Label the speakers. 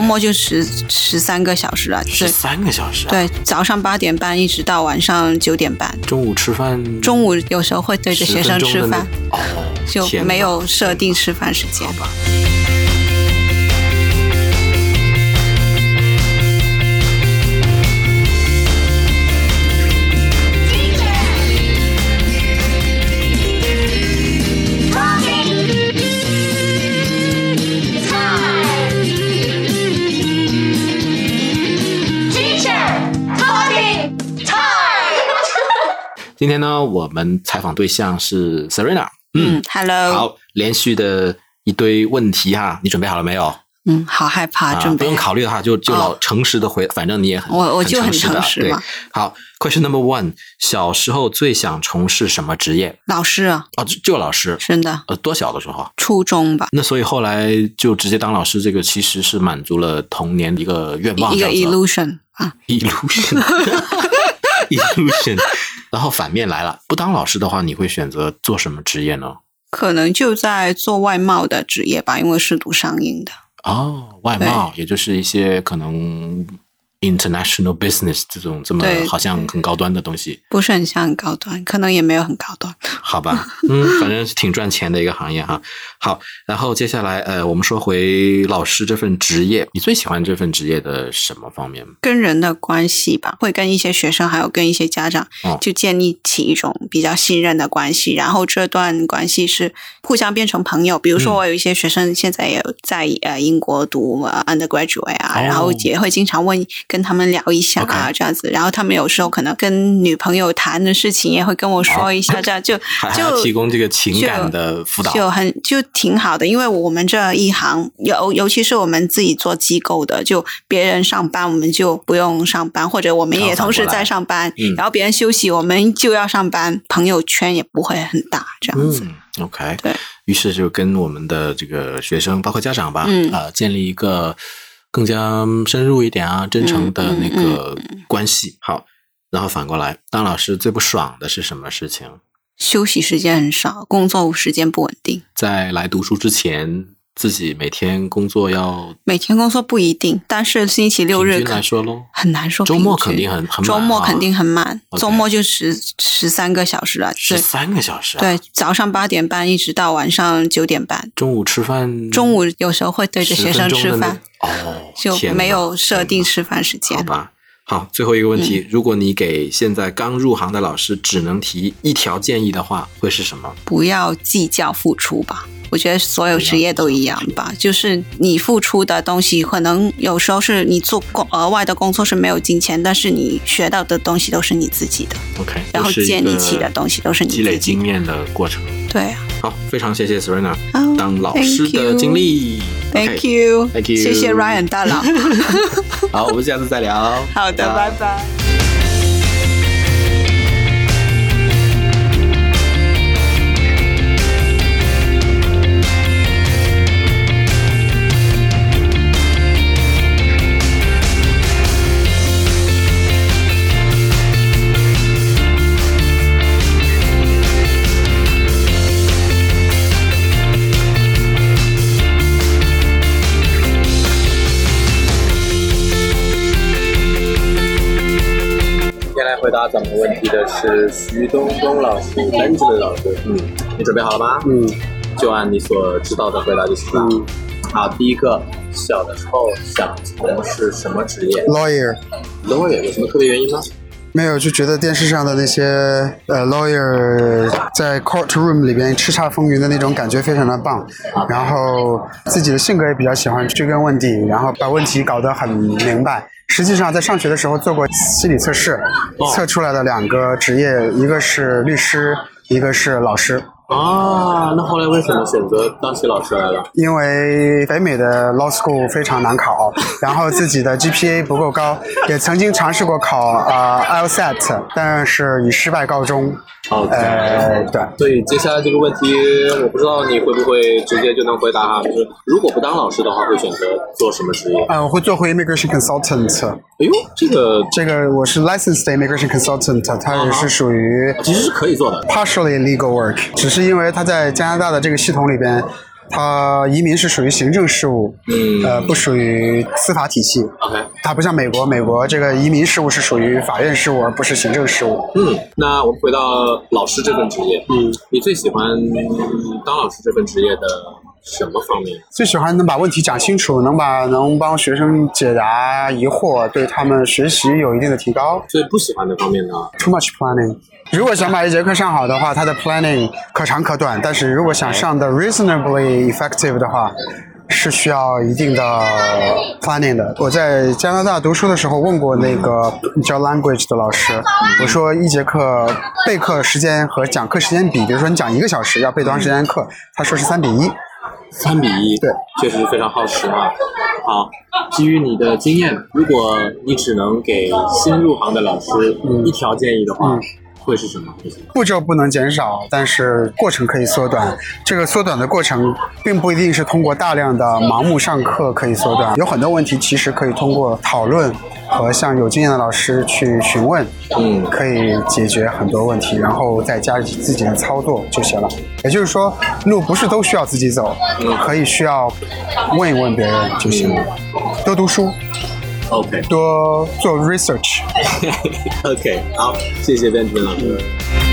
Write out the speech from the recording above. Speaker 1: 末就十十三个小时啊，
Speaker 2: 十
Speaker 1: 对
Speaker 2: 三个小时、啊，，
Speaker 1: 对，早上八点半一直到晚上九点半。
Speaker 2: 中午吃饭，
Speaker 1: 中午有时候会对着
Speaker 2: 10
Speaker 1: 学生
Speaker 2: 分钟
Speaker 1: 吃
Speaker 2: 的那
Speaker 1: 饭，，
Speaker 2: 哦，
Speaker 1: 就
Speaker 2: 天
Speaker 1: 没
Speaker 2: 哪
Speaker 1: 有设定吃饭时间
Speaker 2: 好。吧。今天呢，我们采访对象是 Serena。
Speaker 1: 嗯，Hello，
Speaker 2: 好，连续的一堆问题哈，你准备好了没有？
Speaker 1: 嗯，好害怕，
Speaker 2: 啊，
Speaker 1: 准
Speaker 2: 不
Speaker 1: 备
Speaker 2: 用考虑的话，就就
Speaker 1: 哦
Speaker 2: 老诚实的回，反正你也很
Speaker 1: 我我就很
Speaker 2: 很诚
Speaker 1: 诚
Speaker 2: 实
Speaker 1: 实
Speaker 2: 的。对
Speaker 1: 嘛，
Speaker 2: 好，question number one，小时候最想从事什么职业？
Speaker 1: 老师啊，
Speaker 2: 哦，就就老师。
Speaker 1: 真的，
Speaker 2: 呃，多小的时候啊？
Speaker 1: 初中吧，
Speaker 2: 那所以后来就直接当老师，这个其实是满足了童年一个愿望，
Speaker 1: 一个
Speaker 2: 叫做
Speaker 1: illusion 啊，
Speaker 2: illusion，illusion。然后反面来了，不当老师的话，你会选择做什么职业呢？
Speaker 1: 可能就在做外贸的职业吧，因为是读商英的。
Speaker 2: 哦，外贸，也就是一些可能 international business 这种这么
Speaker 1: 对
Speaker 2: 好像很高端的东西，
Speaker 1: 不是很像很高端，可能也没有很高端。
Speaker 2: 好吧？嗯， 反正是挺赚钱的一个行业哈。好，然后接下来呃，我们说回老师这份职业，你最喜欢这份职业的什么方面？
Speaker 1: 跟人的关系吧，会跟一些学生，还有跟一些家长
Speaker 2: 哦，
Speaker 1: 就建立起一种比较信任的关系。然后这段关系是互相变成朋友。比如说，
Speaker 2: 嗯
Speaker 1: 我有一些学生现在也有在呃英国读呃 undergraduate 啊，
Speaker 2: 哦
Speaker 1: 然后也会经常问跟他们聊一下啊
Speaker 2: OK
Speaker 1: 这样子。然后他们有时候可能跟女朋友谈的事情，也会跟我说一
Speaker 2: 哦
Speaker 1: 下，这样就
Speaker 2: 还还要
Speaker 1: 就
Speaker 2: 提供这个情感的辅导。
Speaker 1: 就很就挺好的，因为我们这一行，尤尤其是我们自己做机构的，就别人上班我们就不用上班，或者我们
Speaker 2: 然后
Speaker 1: 也
Speaker 2: 反
Speaker 1: 同时
Speaker 2: 过来
Speaker 1: 在上班，
Speaker 2: 嗯
Speaker 1: 然后别人休息我们就要上班，朋友圈也不会很大这样子。
Speaker 2: 嗯，OK，
Speaker 1: 对，
Speaker 2: 于是就跟我们的这个学生，包括家长吧，
Speaker 1: 嗯
Speaker 2: 啊、建立一个更加深入一点啊、真诚的那
Speaker 1: 嗯
Speaker 2: 个关系。好，然后反过来，当老师最不爽的是什么事情？
Speaker 1: 休息时间很少，工作时间不稳定，
Speaker 2: 在来读书之前，自己每天工作要
Speaker 1: 每天工作不一定，但是星期六
Speaker 2: 平
Speaker 1: 日
Speaker 2: 均
Speaker 1: 可
Speaker 2: 来说喽，
Speaker 1: 很难说平
Speaker 2: 周
Speaker 1: 均。
Speaker 2: 末肯定很很满
Speaker 1: 周末
Speaker 2: 啊
Speaker 1: 肯定很满，
Speaker 2: OK
Speaker 1: 周末就十十三个小时了，
Speaker 2: 十
Speaker 1: 对
Speaker 2: 三个小时、啊，，
Speaker 1: 对，早上八点半一直到晚上九点半。
Speaker 2: 中午吃饭，
Speaker 1: 中午有时候会对着
Speaker 2: 10
Speaker 1: 学生
Speaker 2: 分钟
Speaker 1: 吃
Speaker 2: 的那
Speaker 1: 饭，，
Speaker 2: 哦，
Speaker 1: 就
Speaker 2: 天
Speaker 1: 没
Speaker 2: 哪
Speaker 1: 有设
Speaker 2: 天
Speaker 1: 定
Speaker 2: 哪
Speaker 1: 吃饭时
Speaker 2: 好
Speaker 1: 间。
Speaker 2: 吧，好，最后一个问
Speaker 1: 嗯
Speaker 2: 题，如果你给现在刚入行的老师只能提一条建议的话，会是什么？
Speaker 1: 不要计较付出吧。我觉得所有
Speaker 2: 不要
Speaker 1: 职业都一样吧，就是你付出的东西，可能有时候是你做工额外的工作是没有金钱，但是你学到的东西都是你自己的。
Speaker 2: OK，
Speaker 1: 然后
Speaker 2: 都是一
Speaker 1: 建立
Speaker 2: 个
Speaker 1: 起的东西都是你
Speaker 2: 积累
Speaker 1: 自己
Speaker 2: 经验的过程。
Speaker 1: 对啊，
Speaker 2: 好，非常谢谢 Serena
Speaker 1: 好
Speaker 2: 当老师
Speaker 1: thank you
Speaker 2: 的经历。
Speaker 1: ，Thank
Speaker 2: OK，
Speaker 1: you，
Speaker 2: Thank you
Speaker 1: 谢谢 Ryan 大佬。
Speaker 2: 好，我们下次再聊。
Speaker 1: 好的，拜拜。
Speaker 2: 今天来回答咱们的问题的是徐东东老师 Benjamin 老师。嗯，你准备好了吗？
Speaker 3: 嗯
Speaker 2: 就按你所知道的回答就行了。
Speaker 3: 嗯
Speaker 2: 好，第一个，小的时候想从事什么职业
Speaker 3: ，lawyer
Speaker 2: ？lawyer 有什么特别原因吗？
Speaker 3: 没有就觉得电视上的那些呃 lawyer 在 courtroom 里边叱咤风云的那种感觉非常的棒，然后自己的性格也比较喜欢追根问底，然后把问题搞得很明白。实际上，在上学的时候做过心理测试，测出来的两个职业，一个是律师，一个是老师。
Speaker 2: 啊，那后来为什么选择当起老师来了？
Speaker 3: 因为北美的 law school 非常难考，然后自己的 GPA 不够高，也曾经尝试过考啊、呃、LSAT，但是以失败告终。
Speaker 2: 哦，
Speaker 3: 呃，对，
Speaker 2: 所以接下来这个问题，我不知道你会不会直接就能回答哈，就是如果不当老师的话，会选择做什么职业？
Speaker 3: 呃，我会做回 immigration consultant，
Speaker 2: 哎呦，这个
Speaker 3: 这个我是 licensed immigration consultant，它也是属于
Speaker 2: 其实是可以做的。
Speaker 3: partially legal work，只是因为它在加拿大的这个系统里边。它移民是属于行政事务，
Speaker 4: 嗯
Speaker 3: 呃，不属于司法体系。
Speaker 4: OK，
Speaker 3: 它不像美国，美国这个移民事务是属于法院事务，而不是行政事务。
Speaker 4: 嗯，那我们回到老师这份职业，
Speaker 3: 嗯，
Speaker 4: 你最喜欢当老师这份职业的什么方面？
Speaker 3: 最喜欢能把问题讲清楚，能把能帮学生解答疑惑，对他们学习有一定的提高。
Speaker 4: 最不喜欢的方面呢？
Speaker 3: Too much planning。如果想把一节课上好的话，它的 planning 可长可短，但是如果想上的 reasonably effective 的话，是需要一定的 planning 的。我在加拿大读书的时候问过那个教 language 的老师，我说一节课备课时间和讲课时间比，比如说你讲一个小时要备多长时间课，他说是三比一。
Speaker 4: 三比一，
Speaker 3: 对，
Speaker 4: 确实是非常耗时啊。好，基于你的经验，如果你只能给新入行的老师一条建议的话，
Speaker 3: 嗯
Speaker 4: 会是什么？会是什么
Speaker 3: 步骤不能减少，但是过程可以缩短。这个缩短的过程，并不一定是通过大量的盲目上课可以缩短，有很多问题其实可以通过讨论和向有经验的老师去询问，
Speaker 4: 嗯
Speaker 3: 可以解决很多问题，然后再加自己的操作就行了。也就是说，路不是都需要自己走，可以需要问一问别人就行了。多读书，
Speaker 4: ？OK
Speaker 3: 多做 research。
Speaker 4: OK，好，谢谢 Benjamin 老师。